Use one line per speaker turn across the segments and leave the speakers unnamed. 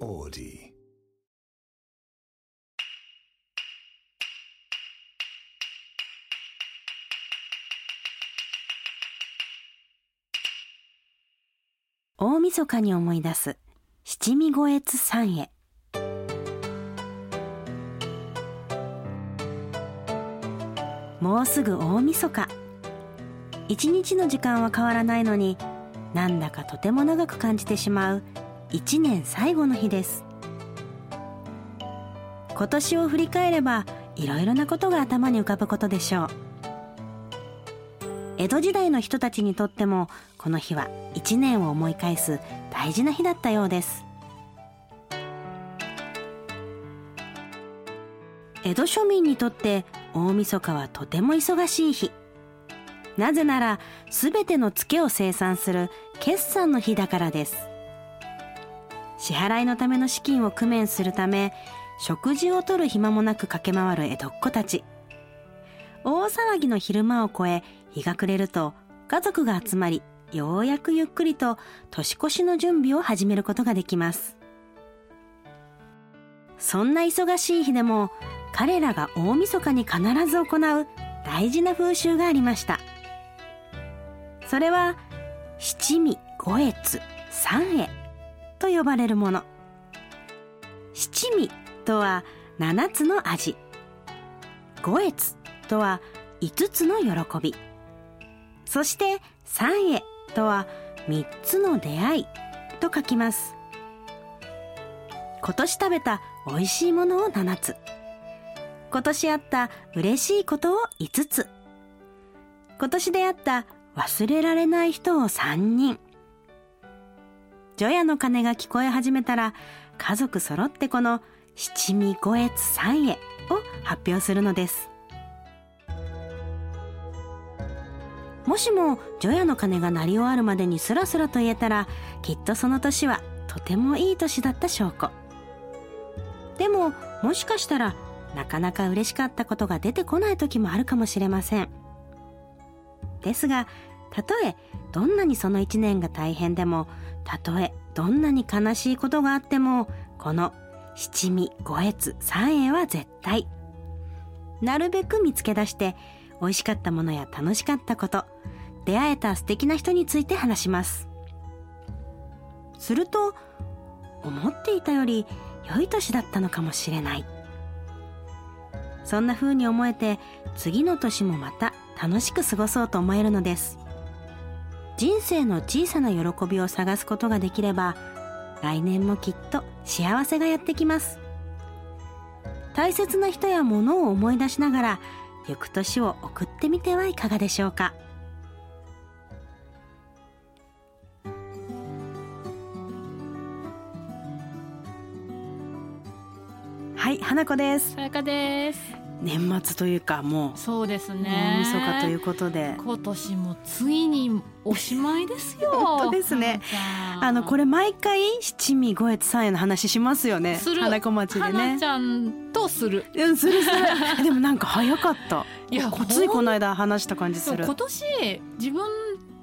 Audi.
大晦日に思い出す七味五越三へもうすぐ大晦日一日の時間は変わらないのになんだかとても長く感じてしまう一年最後の日です今年を振り返ればいろいろなことが頭に浮かぶことでしょう江戸時代の人たちにとってもこの日は1年を思い返す大事な日だったようです江戸庶民にとって大晦日はとても忙しい日なぜなら全てのツケを生産する決算の日だからです支払いのための資金を工面するため食事をとる暇もなく駆け回る江戸っ子たち大騒ぎの昼間を越え日が暮れると家族が集まりようやくゆっくりと年越しの準備を始めることができますそんな忙しい日でも彼らが大晦日に必ず行う大事な風習がありましたそれは七味五越三会と呼ばれるもの七味とは七つの味五越とは5つの喜びそして三へとは3つの出会いと書きます今年食べた美味しいものを7つ今年あった嬉しいことを5つ今年出会った忘れられない人を3人除夜の鐘が聞こえ始めたら家族揃ってこの七味五越三へを発表するのですもしも除夜の鐘が鳴り終わるまでにスラスラと言えたらきっとその年はとてもいい年だった証拠でももしかしたらなかなか嬉しかったことが出てこない時もあるかもしれませんですがたとえどんなにその一年が大変でもたとえどんなに悲しいことがあってもこの七味五越三栄は絶対なるべく見つけ出して美味しかったものや楽しかったこと出会えた素敵な人について話しますすると思っていたより良い年だったのかもしれないそんな風に思えて次の年もまた楽しく過ごそうと思えるのです人生の小さな喜びを探すことができれば来年もきっと幸せがやってきます大切な人や物を思い出しながら行く年を送ってみてはいかがでしょうかはい花子です
さやかです。
年末というかも
そうです
う
ね。
大晦日ということで
今年もついにおしまいですよ。
本当ですねあのこ
れ
れ毎回七味五越三円の話しますよね
する
花子町で
花
ね
ちゃんとする。
うんするするでもなんか早かった
いや
こついこの間話した感じす
でも
る
今年自分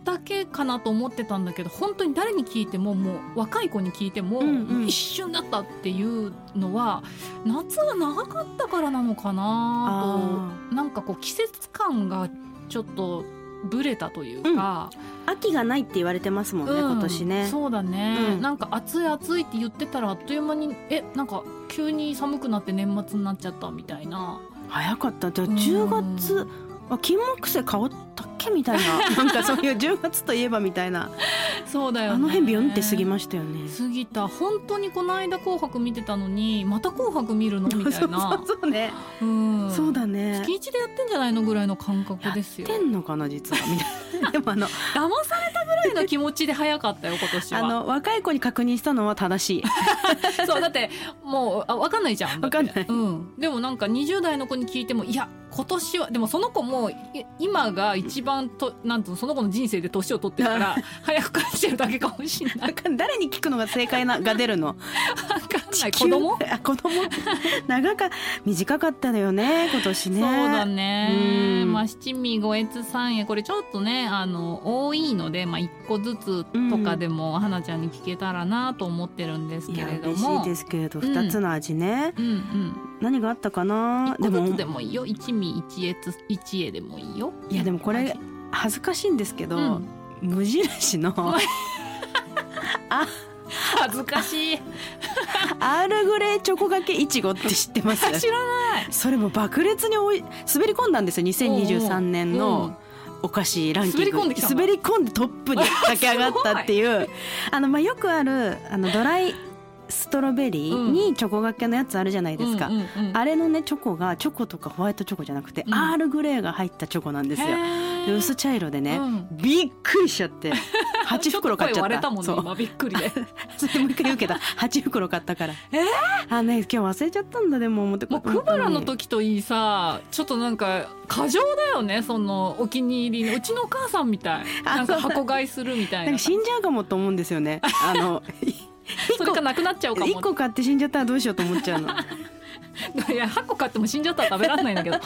だけかなと思ってたんだけど本当に誰に聞いてももう若い子に聞いても、
うんうん
一瞬だったっていうのは夏が長かったからなのかな
あ
となんかこう季節感がちょっとぶれたというか、
秋がないって言われてますもんね、
うん
今年ね
そうだね、
うん
なんか暑い暑いって言ってたらあっという間にえなんか急に寒くなって年末になっちゃったみたいな
早かったじゃあ
うん
10月あ金木犀香ったっけみたいな なんかそういう10月といえばみたいな
そうだよね
あの辺ビヨンって過ぎましたよね
過ぎた本当にこの間紅白見てたのにまた紅白見るのみ た い
そ
な
うそうそうね、
うん
そうだね
月一でやってんじゃないのぐらいの感覚ですよ
やってんのかな実はみた いなでもあの
騙されたぐらいの気持ちで早かったよ今年は
あの若い子に確認したのは正しい
そうだってもうあ分かんないじゃんだって
わかんない
うん、でもなんか20代の子に聞いてもいや今年はでもその子もい今が一番となんとその子の人生で年を取ってるから 早く感じてるだけかもしれない
なんか誰に聞くのが正解なが出る の
わかんな
地
い子
球
供、
あ子供長か短かったのよね今年ね
そうだね
うん
まあ七味五越三円これちょっとねあの多いのでまあ一個ずつとかでも、花ちゃんに聞けたらなと思ってるんです
い
け
や
れど
嬉
も
しいですけれど
うん
二つの味ね、
うんうん
何があったかな
一
で
個ず
も
つでもいいよ一味一越一会でもいいよ
いやでもこれ恥ずかしいんですけど、
うん
無印 の
恥ずか しい
アールグレーチョコがけいちごって知って ます
知らない
それも爆裂におい滑り込んだんですよ2023年のお菓子ランキング
滑り込んできたんだ
滑り込んでトップに駆け上がったっていうあの、まあ、よくあるあのドライストロベリーにチョコがけのやつあるじゃないですか、
うんうんうん
あれのねチョコがチョコとかホワイトチョコじゃなくて、
うん
アールグレーが入ったチョコなんですよ
へー
で薄茶色でね、
うん
びっくりしちゃっ て8袋買っちゃっ
声割れ
た
たもんね
そう
今びっくりで
それでもう一回言うけど8袋買ったから
えー
あね今日忘れちゃったんだでも思って
もうクバラの時といいさちょっとなんか過剰だよねそのお気に入りのうちのお母さんみたい
あ
なんか箱買いするみた
な
い
ん
な
か死んじゃうかもと思うんですよね。あ の
それかなくなっちゃうか
一
も
個買って死んじゃったらどうしようと思っちゃうの。
いや8個買っても死んじゃったら食べられないんだけど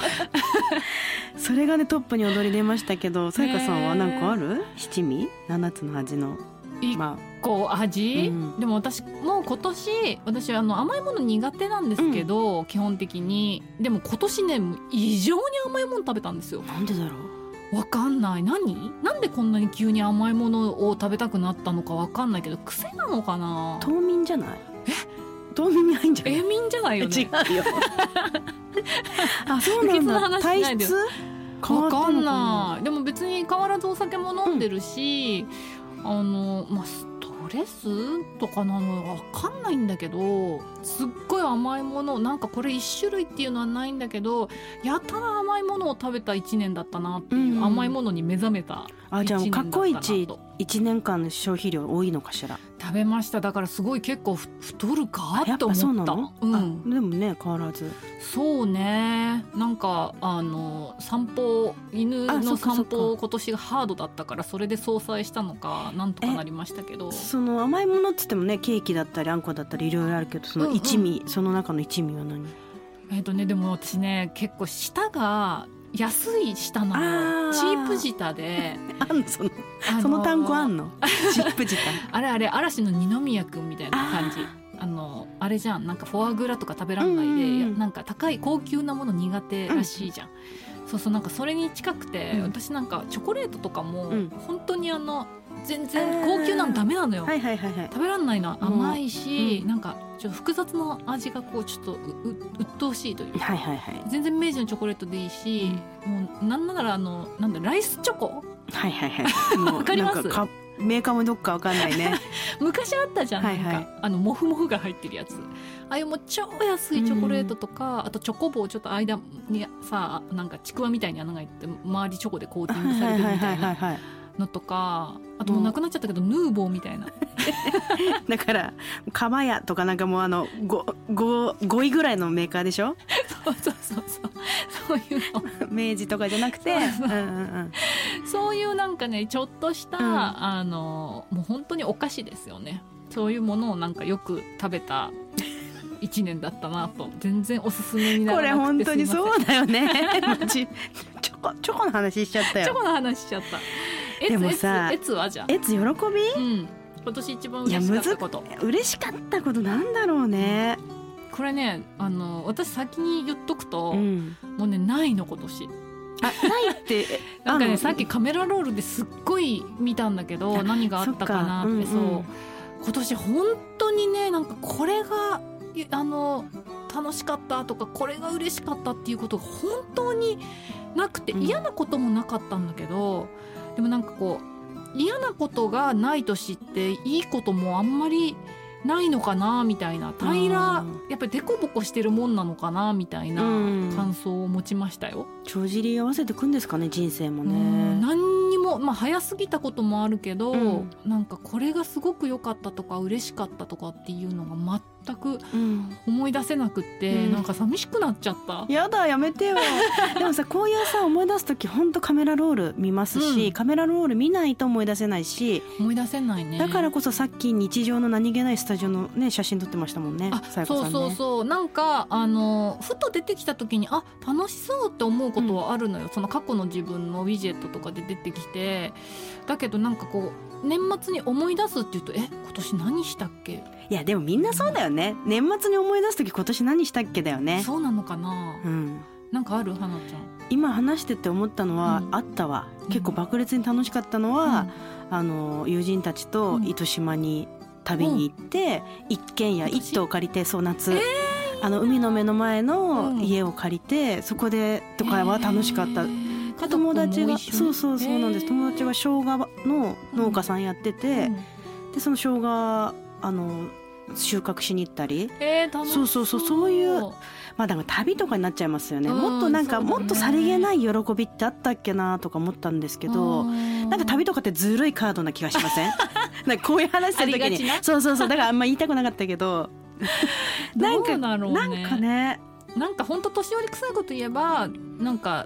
それがねトップに踊り出ましたけど、さやかさんは
へー
なんかある？七味？七つの味の
一
ま
個味、
うん
でも私もう今年私あの甘いもの苦手なんですけど、基本的にでも今年ね異常に甘いもの食べたんですよ
あなんでだろう。
わかんない何なんでこんなに急に甘いものを食べたくなったのかわかんないけど癖なのかな
冬眠じゃない？冬眠に入んじゃない
え？みんじゃないよ ね
違うよ。あそうなん
不吉な
だ。
話し
体
ないで
質？変わ
わ
ったの
か
か
ん
な。
ないでも別に変わらずお酒も飲んでるし、あのまあストレスとかなのわかんないんだけどすっごい甘いものなんかこれ一種類っていうのはないんだけどやたら甘いものを食べた一年だったなっていう、
うん
甘いものに目覚めた
あ
一
じゃあ
年だ
過
ったな
去一
と
一年間の消費量多いのかしら。
食べましただからすごい結構ふ太るか
や
って
っぱ
思
そう
っ
な
た
の？
うん
あでもね変わらず。
そうねなんかあの散歩犬
あそ
の
っかそっ
散
か
歩を今年がハードだったからそれで相殺したのかなんとかなりましたけど
その甘いものっつってもねケーキだったりあんこだったりいろいろあるけどそ
うん
の
うん
一味、その中の一味は何
えっ、とねでも私ね結構舌が安い舌な
あー
のチープ 舌で
あんその
あ
その単語あ
の
んのチップ自体
あれあれ嵐の二宮君みたいな感じ
あ
あのあれじゃんなんかフォアグラとか食べらんないで、
うんうんうん
なんか高い高級なもの苦手らしいじゃん、そうそうなんかそれに近くて、
うん
私なんかチョコレートとかも
うん
本当にあの全然高級なのダメなのよ、
はいはいはいはい
食べらんないの
う
甘いし、
うん
なんかちょっと複雑な味がこうちょっとうう鬱陶しいというか
はいはいはい
全然明治のチョコレートでいいし、もうなんならあのなんだライスチョコ
はいはい はいもう
わかります
なんかかメーカーもどっかわかんないね
昔あったじゃん、
はいはい
なんかあのモフモフが入ってるやつああいうもう超安いチョコレートとか、あとチョコ棒ちょっと間にさなんかちくわみたいに穴が開いて周りチョコでコーテ
は
ィ
い
ングさ
は
れ
い
てる
はい
みた
はいいはい
な
はい
のとかあともうなくなっちゃったけどヌーボーみ たいな
だからかばやとかなんかもうあのごご5位ぐらいのメーカーでしょ
そうそうそうそうそういうの
明治とかじゃなくてうんうんうん
そういうなんかねちょっとした、
うん
あのもう本当にお菓子ですよねそういうものをなんかよく食べた1年だったなと全然おすすめにな
こ
ら
れ
なく
本
て
当に
すいませ
そ
ん
うだよね マジチョコチョコの話しちゃった
チョ
よ
コの話しちゃった。えつ
でもさ
えつえつはじゃ
えつ喜び
あ。うん。今年一番嬉しかったこと。
嬉しかったことなんだろうね。
これね、あの私先に言っとくと、
ん、
もうねないの今年。
あないって
なんか
あ
ね
の
さっきカメラロールですっごい見たんだけど
あ
何があったかなって
そ
そ
っ
う,、
かうんうん
今年本当にねなんかこれがいあの楽しかったとかこれが嬉しかったっていうことが本当になくて
うん
嫌なこともなかったんだけど、でもなんかこう嫌なことがない年っていいこともあんまりないのかなみたいな平ら
うん
やっぱりデコボコしてるもんなのかなみ たいな
うん
感想を持ちましたよ。
帳尻合わせてくんですかね人生も
うん
ね。
何にも、まあ、早すぎたこともあるけど、
うん
なんかこれがすごく良かったとか嬉しかったとかっていうのが全く
うん、
思い出せなくって、
うん
なんか寂しくなっちゃった。
やだやめてよ でもさこういうさ思い出す時ほんとカメラロール見ますし、
うん
カメラロール見ないと思い出せないし
思い出せないね。
だからこそさっき日常の何気ないスタジオのね写真撮ってましたもんね
あ
さやか
そ
さ
うんそう
ね
そうなんかあのふと出てきた時にあ楽しそうって思うことはあるのよ、その過去の自分のウィジェットとかで出てきてだけどなんかこう年末に思い出すっていうとえ今年何したっけ、
いやでもみんなそうだよね年末に思い出す時今年何したっけだよね
そうなのかな、
うん
なんかある花ちゃん
今話してて思ったのは、
うん
あったわ
うん
結構爆裂に楽しかったのは、あの友人たちと
うん
糸島に旅に行って、一軒家
私
一棟借りてそう夏、あの海の目の前
う
の
ん
家を借りてそこでとかは楽しかった、
た
友達がそうそうそうなんです、友達が生姜の農家さんやってて、でその生姜あの収穫しに行ったり
えー、楽し
そうそうそうそういうまあだから旅とかになっちゃいますよね、
うん
もっとなんか、
そうだね
もっとさりげない喜びってあったっけなとか思ったんですけど、なんか旅とかってずるいカードな気がしま せんなんかこういう話してる
あ
時
りがち
に
な
そうそうそうだからあんま言いたくなかったけどな
なんん
か
かだろうね
なんかね
なんか本当年寄り臭いこと言えばなんか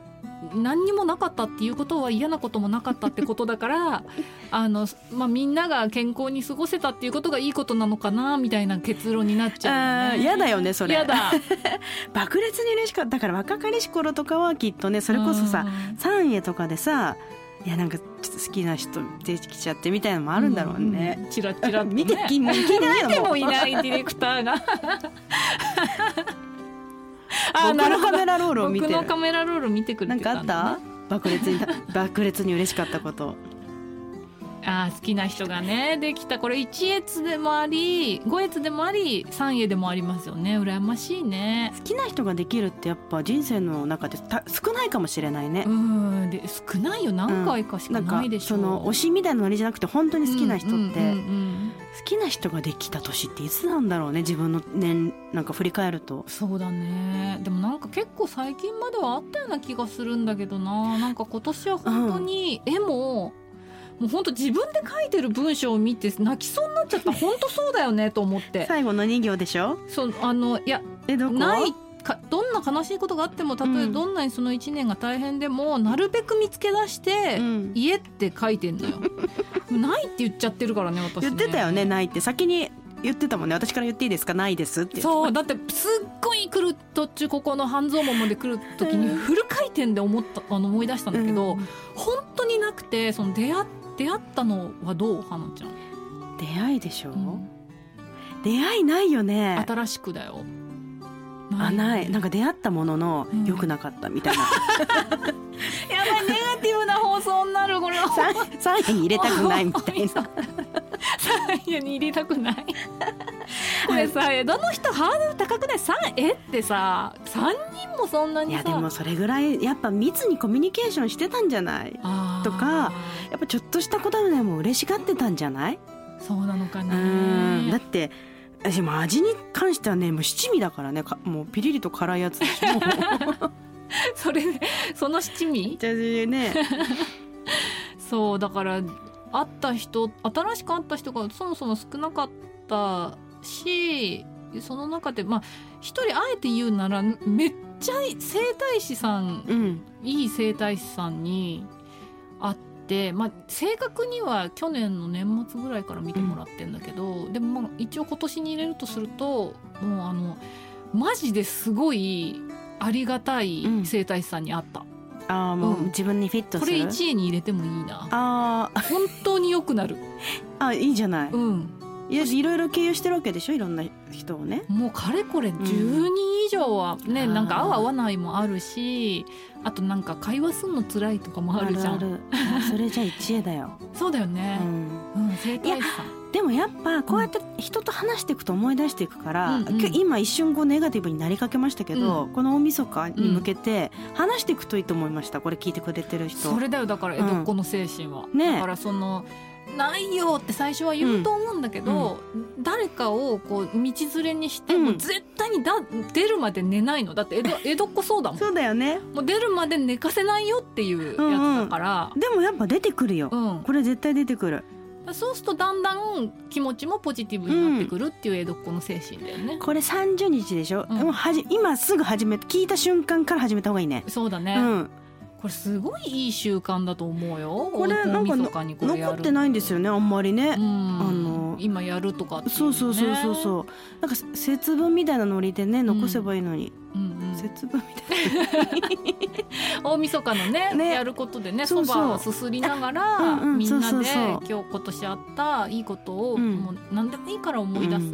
何にもなかったっていうことは嫌なこともなかったってことだから あの、まあ、みんなが健康に過ごせたっていうことがいいことなのかなみたいな結論になっちゃうよ
うん
ね。
嫌だよねそれ
嫌だ
爆裂に嬉しかっただから若かりし頃とかはきっとね それこそさ
うん
三栄とかでさいやなんかちょっと好きな人出てきちゃってみたいなのもあるんだろうね、
うんチラチラっとね
見てきもう聞いてないの
見てもい
い
ないディレクターが
僕
な
の
るほど
カメラロールを見て
僕
る
のカメラロール見てく
な
れ
ん
て
か
た
あっ
んだ
た爆
ね
裂に 爆裂に嬉しかったこと
あー好きな人がねできたこれ1越でもあり5越でもあり3越でもありますよね羨ましいね
好きな人ができるってやっぱ人生の中でた少ないかもしれないね
う、んで少ないよ何回かしか
なんか
ないでしょ
その推しみたいなノリじゃなくて本当に好きな人って、
うんうんうん
好きな人ができた年っていつなんだろうね自分の年なんか振り返ると
そうだねでもなんか結構最近まではあったような気がするんだけどななんか今年は本当に絵も、もう本当自分で書いてる文章を見て泣きそうになっちゃった本当そうだよねと思って
最後の2行でしょ
そうあのいや
えどこ
ないかどんな悲しいことがあってもたとえ
うん
どんなにその1年が大変でも、なるべく見つけ出して「
うん
家」って書いてん のよ。ないって言っちゃってるからね私ね
言ってたよねないって先に言ってたもんね私から言っていいですかないですって
そうだってすっごい来る途中ここの半蔵門まで来る時に
うん
フル回転で思ったあの思い出したんだけ
う
ど、
ん
本当になくてその出会出会ったのはどうはなちゃん、
出会いでしょ、
うん
出会いないよね
新しくだよ
あないなんか出会ったものの
うん
良くなかったみたいな、
やばいネガティブな放送になるこれは
三3位に入れたくない みたいな
3位に入れたくないこれさどの人ハードル高くない3えってさ3人もそんないにさ
やでもそれぐらいやっぱ密にコミュニケーションしてたんじゃない
あー
とかやっぱちょっとしたことでも嬉しがってたんじゃない
そうなのか
うんだ
ね
って私もう味に関してはねもう七味だからねかもうピリリと辛いやつでし ょ
それその七味
じゃあね
そうだから会った人新しく会った人がそもそも少なかったしその中でまあ一人あえて言うならめっちゃ整体師さん
うん
いい整体師さんに会って、まあ、正確には去年の年末ぐらいから見てもらってんだけど、でもまあ一応今年に入れるとするともうあのマジですごいありがたい整体師さんに会った、
ああもう
うん
自分にフィット
こ
す
れ
る、
1位に入れてもいいな
あー
本当に良くなる、
あいいじゃない、
うん、
いやいろいろ経由してるわけでしょいろんな人をね
もうかれこれ10人以上はね、
うん
なんか合う合わないもあるしあとなんか会話すんの辛いとかもあるじゃん
あるあそれじゃ一恵だよ、
そうだよ
う
ね、
ん
うん、整体師さん
でもやっぱこうやって人と話していくと思い出していくから、
うんうん
き今一瞬こうネガティブになりかけましたけど、この大晦日に向けて話していくといいと思いましたこれ聞いてくれてる人
それだよだか
う
ら
ん
江戸っ子の精神は、
ねえ
だからそのないよって最初は言うと思うんだけど、誰かをこう道連れにして
うん
も絶対にだ出るまで寝ないの だって江戸江戸っ子そうだもん
そうだよね
もう出るまで寝かせないよっていうやつだから、
でもやっぱ出てくるよ、
うん
これ絶対出てくる
そうするとだんだん気持ちもポジティブになってくるっていう江戸っ子の精神だよね、
これ30日でしょ、
うん
もうはじ今すぐ始め聞いた瞬間から始めた方がいいね
そうだね、
うん
これすごいいい習慣だと思うよ
これ
大
なんかの
晦日にこれや
残
る
ってないんですよねあんまりね
うん、
あの
今やるとかってい
そうそうそうそう
う
そうなんか節分みたいなノリでね残せばいいのに、
ね、うんうん
節分みたい
大晦日のね
ね
やることでね
そ
そう
そう
ばをすすりながら
あうんうん
みんな
そう
で
そうそう
今日今年あったいいことを、
うん
もう何でもいいから思い出
な
す、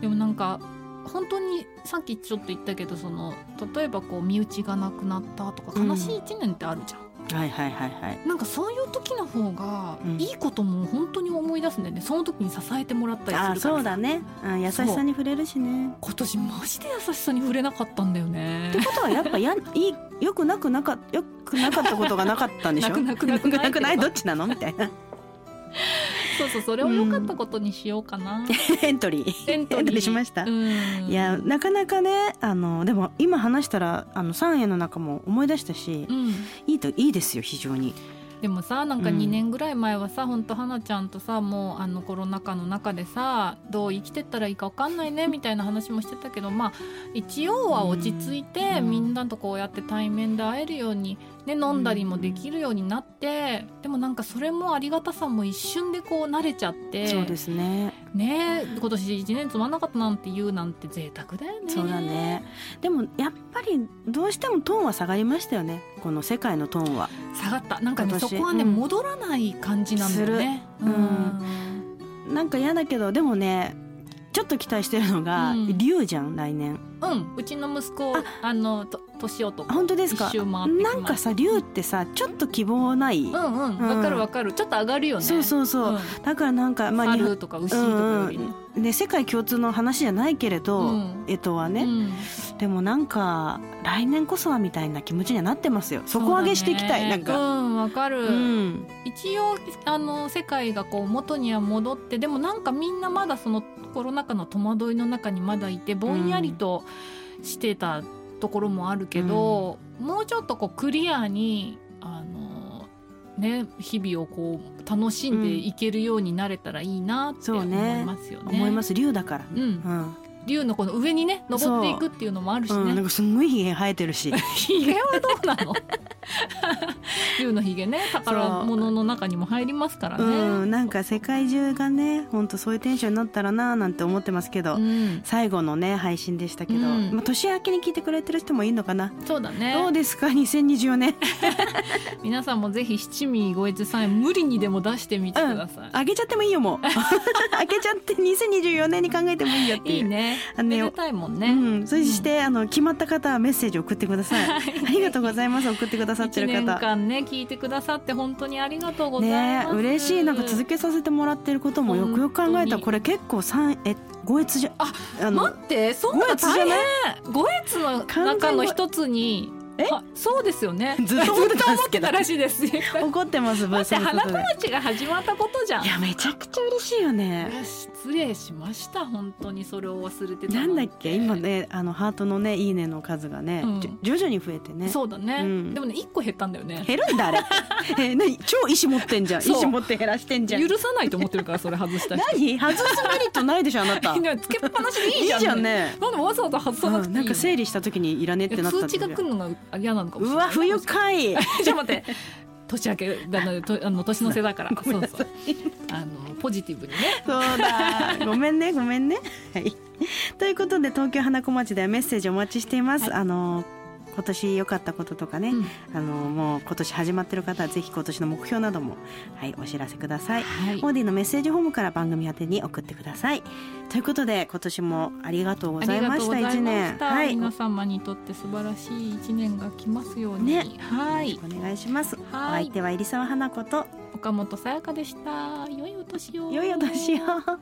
でもなんか本当にさっきちょっと言ったけどその例えばこう身内が亡くなったとか
うん
悲しい一年ってあるじゃん、
はいはいはいはい
なんかそういう時の方が、
うん
いいことも本当に思い出すんだよねその時に支えてもらったりするから
あ
さ
そうだねうん優しさに触れるしね
今年マジで優しさに触れなかったんだよ ね
ってことはやっぱやいいよくなくなかよくなかったことがなかったんでしょ
な くなくなくな い
なくないどっちなのみたいな
そうそうそれを良かったことにしよう かな、
エントリー
エントリー
しました、
うん
いやなかなかねあのでも今話したらあの三円の中も思い出したし
う、ん
いいといいですよ非常に
でもさなんか
うん
2年ぐらい前はさ、ほんとはなちゃんとさもうあのコロナ禍の中でさどう生きてったらいいか分かんないねみたいな話もしてたけどまあ一応は落ち着いて、
うん
みんなとこうやって対面で会えるように、ね、飲んだりもできるようになって、でもなんかそれもありがたさも一瞬でこう慣れちゃって
そうですね
ね今年1年つまんなかったなんて言うなんて贅沢だよね。
そうだねでもやっぱりどうしてもトーンは下がりましたよねこの世界のトーンは
下がったなんかね
今
そ
年
こはね、
うん
戻らない感じなんだよね。
するうんなんか嫌だけどでもねちょっと期待してるのが、
うん
竜じゃん来年
うん、うちの息子あ
あ
のと年男
本当ですか
一周回ってきま
な
す
んかさ竜ってさちょっと希望ない、
うんうんわかるわかるちょっと上がるよね
そうそうそう、
ん
だからなんかまあ日
猿
本
とか牛とかよりね
うんね、世界共通の話じゃないけれど、
うん
えとは
う
ね、
ん
でもなんか来年こそはみたいな気持ちにはなってますよ底上げしていきたい、
そう
な
だね
んか、
うんわかる、
うん
一応あの世界がこう元には戻ってでもなんかみんなまだそのコロナ禍の戸惑いの中にまだいてぼんやりとしてたところもあるけど、もうちょっとこうクリアにあのね日々をこう楽しんでいけるようになれたらいいなって
そう
思
ね
いますよね。
思います竜だから、
う、
うんん
竜のこの上にね登っていくっていうのもあるし
うん、なん
ね。
かすんごいひげ生えてるし
ひげ、はどうな の？竜のひげね宝物の中にも入りますからね。
うんなんか世界中がねほんとそういうテンションになったらなーなんて思ってますけど、
うん、
最後のね配信でしたけど、
うん
まあ、年明けに聞いてくれてる人もいいのかな、
そうだね
どうですか2024年
皆さんもぜひ七味ご越さえ無理にでも出してみてください、
あげちゃってもいいよも うあげちゃって2024年に考えてもいいよっていう
いいね
あの
め
ね
でたいもん
う
ね、
ん、そして、あの決まった方はメッセージ送ってください。ありがとうございます。送ってくださって
一
る
年
方。
間ね聞いてくださって本当にありがとうござい
ね
ま
え
す、
嬉しいなんか続けさせてもらってることもよくよく考え
本
た
当
ら
に
これ結構三え五越じゃ
あ
あ
待ってそんなの
五越じゃ
大
な
変
い
ご越の中の一つに
完全
あそうですよね
ずっと思ってたんですけど
ずっと思ってたらしいですだ
怒ってますブー
っ
さ
て
んの
花
こと
子
で。
町が始まったことじゃん
いやめちゃくちゃ嬉しいよね。
失礼しました本当にそれを忘れてた
なんだっけ今
ね
ねあのハートのねいいねの数がね、
うん
じょ徐々に増えてね。
そうだね、
うん
でもね一個減ったんだよね
減るんだあ れ。えなに超意志持ってんじゃん。意
そう
志持って減らしてんじゃん。
許さないと思ってるからそれ外した人
何外すメリットないでしょあなた。い
ねつけっぱ なしでいいじゃ
い
ん。
じゃんね。
なんでわざわざ外さなくていい、
うんなんか整理した時にいらねえってなった
通知が来るのが嫌なのかもし
う
れない。
わ 冬。かい
ちょっと待って。年明けだのでとあの年の瀬だから。そう そう。あのポジティブにね。
そうだごめんねごめんねはいということで東京花子町ではメッセージお待ちしています、
はい
あの今年良かったこととかね、
うん
あのもう今年始まってる方はぜひ今年の目標などもはいお知らせください
はい
オーディのメッセージホームから番組宛てに送ってくださいということで今年もありがとうご
あ
ざ
り
い
が
ま
とう
し
ご
た
ざいま
一年
した。
はい
皆様にとって素晴らしい一年が来ますように。
ね
はい。
お願いします、お
は
相
い。
手は入澤花子と
岡本さやかでした。良いお年を。
良いお年を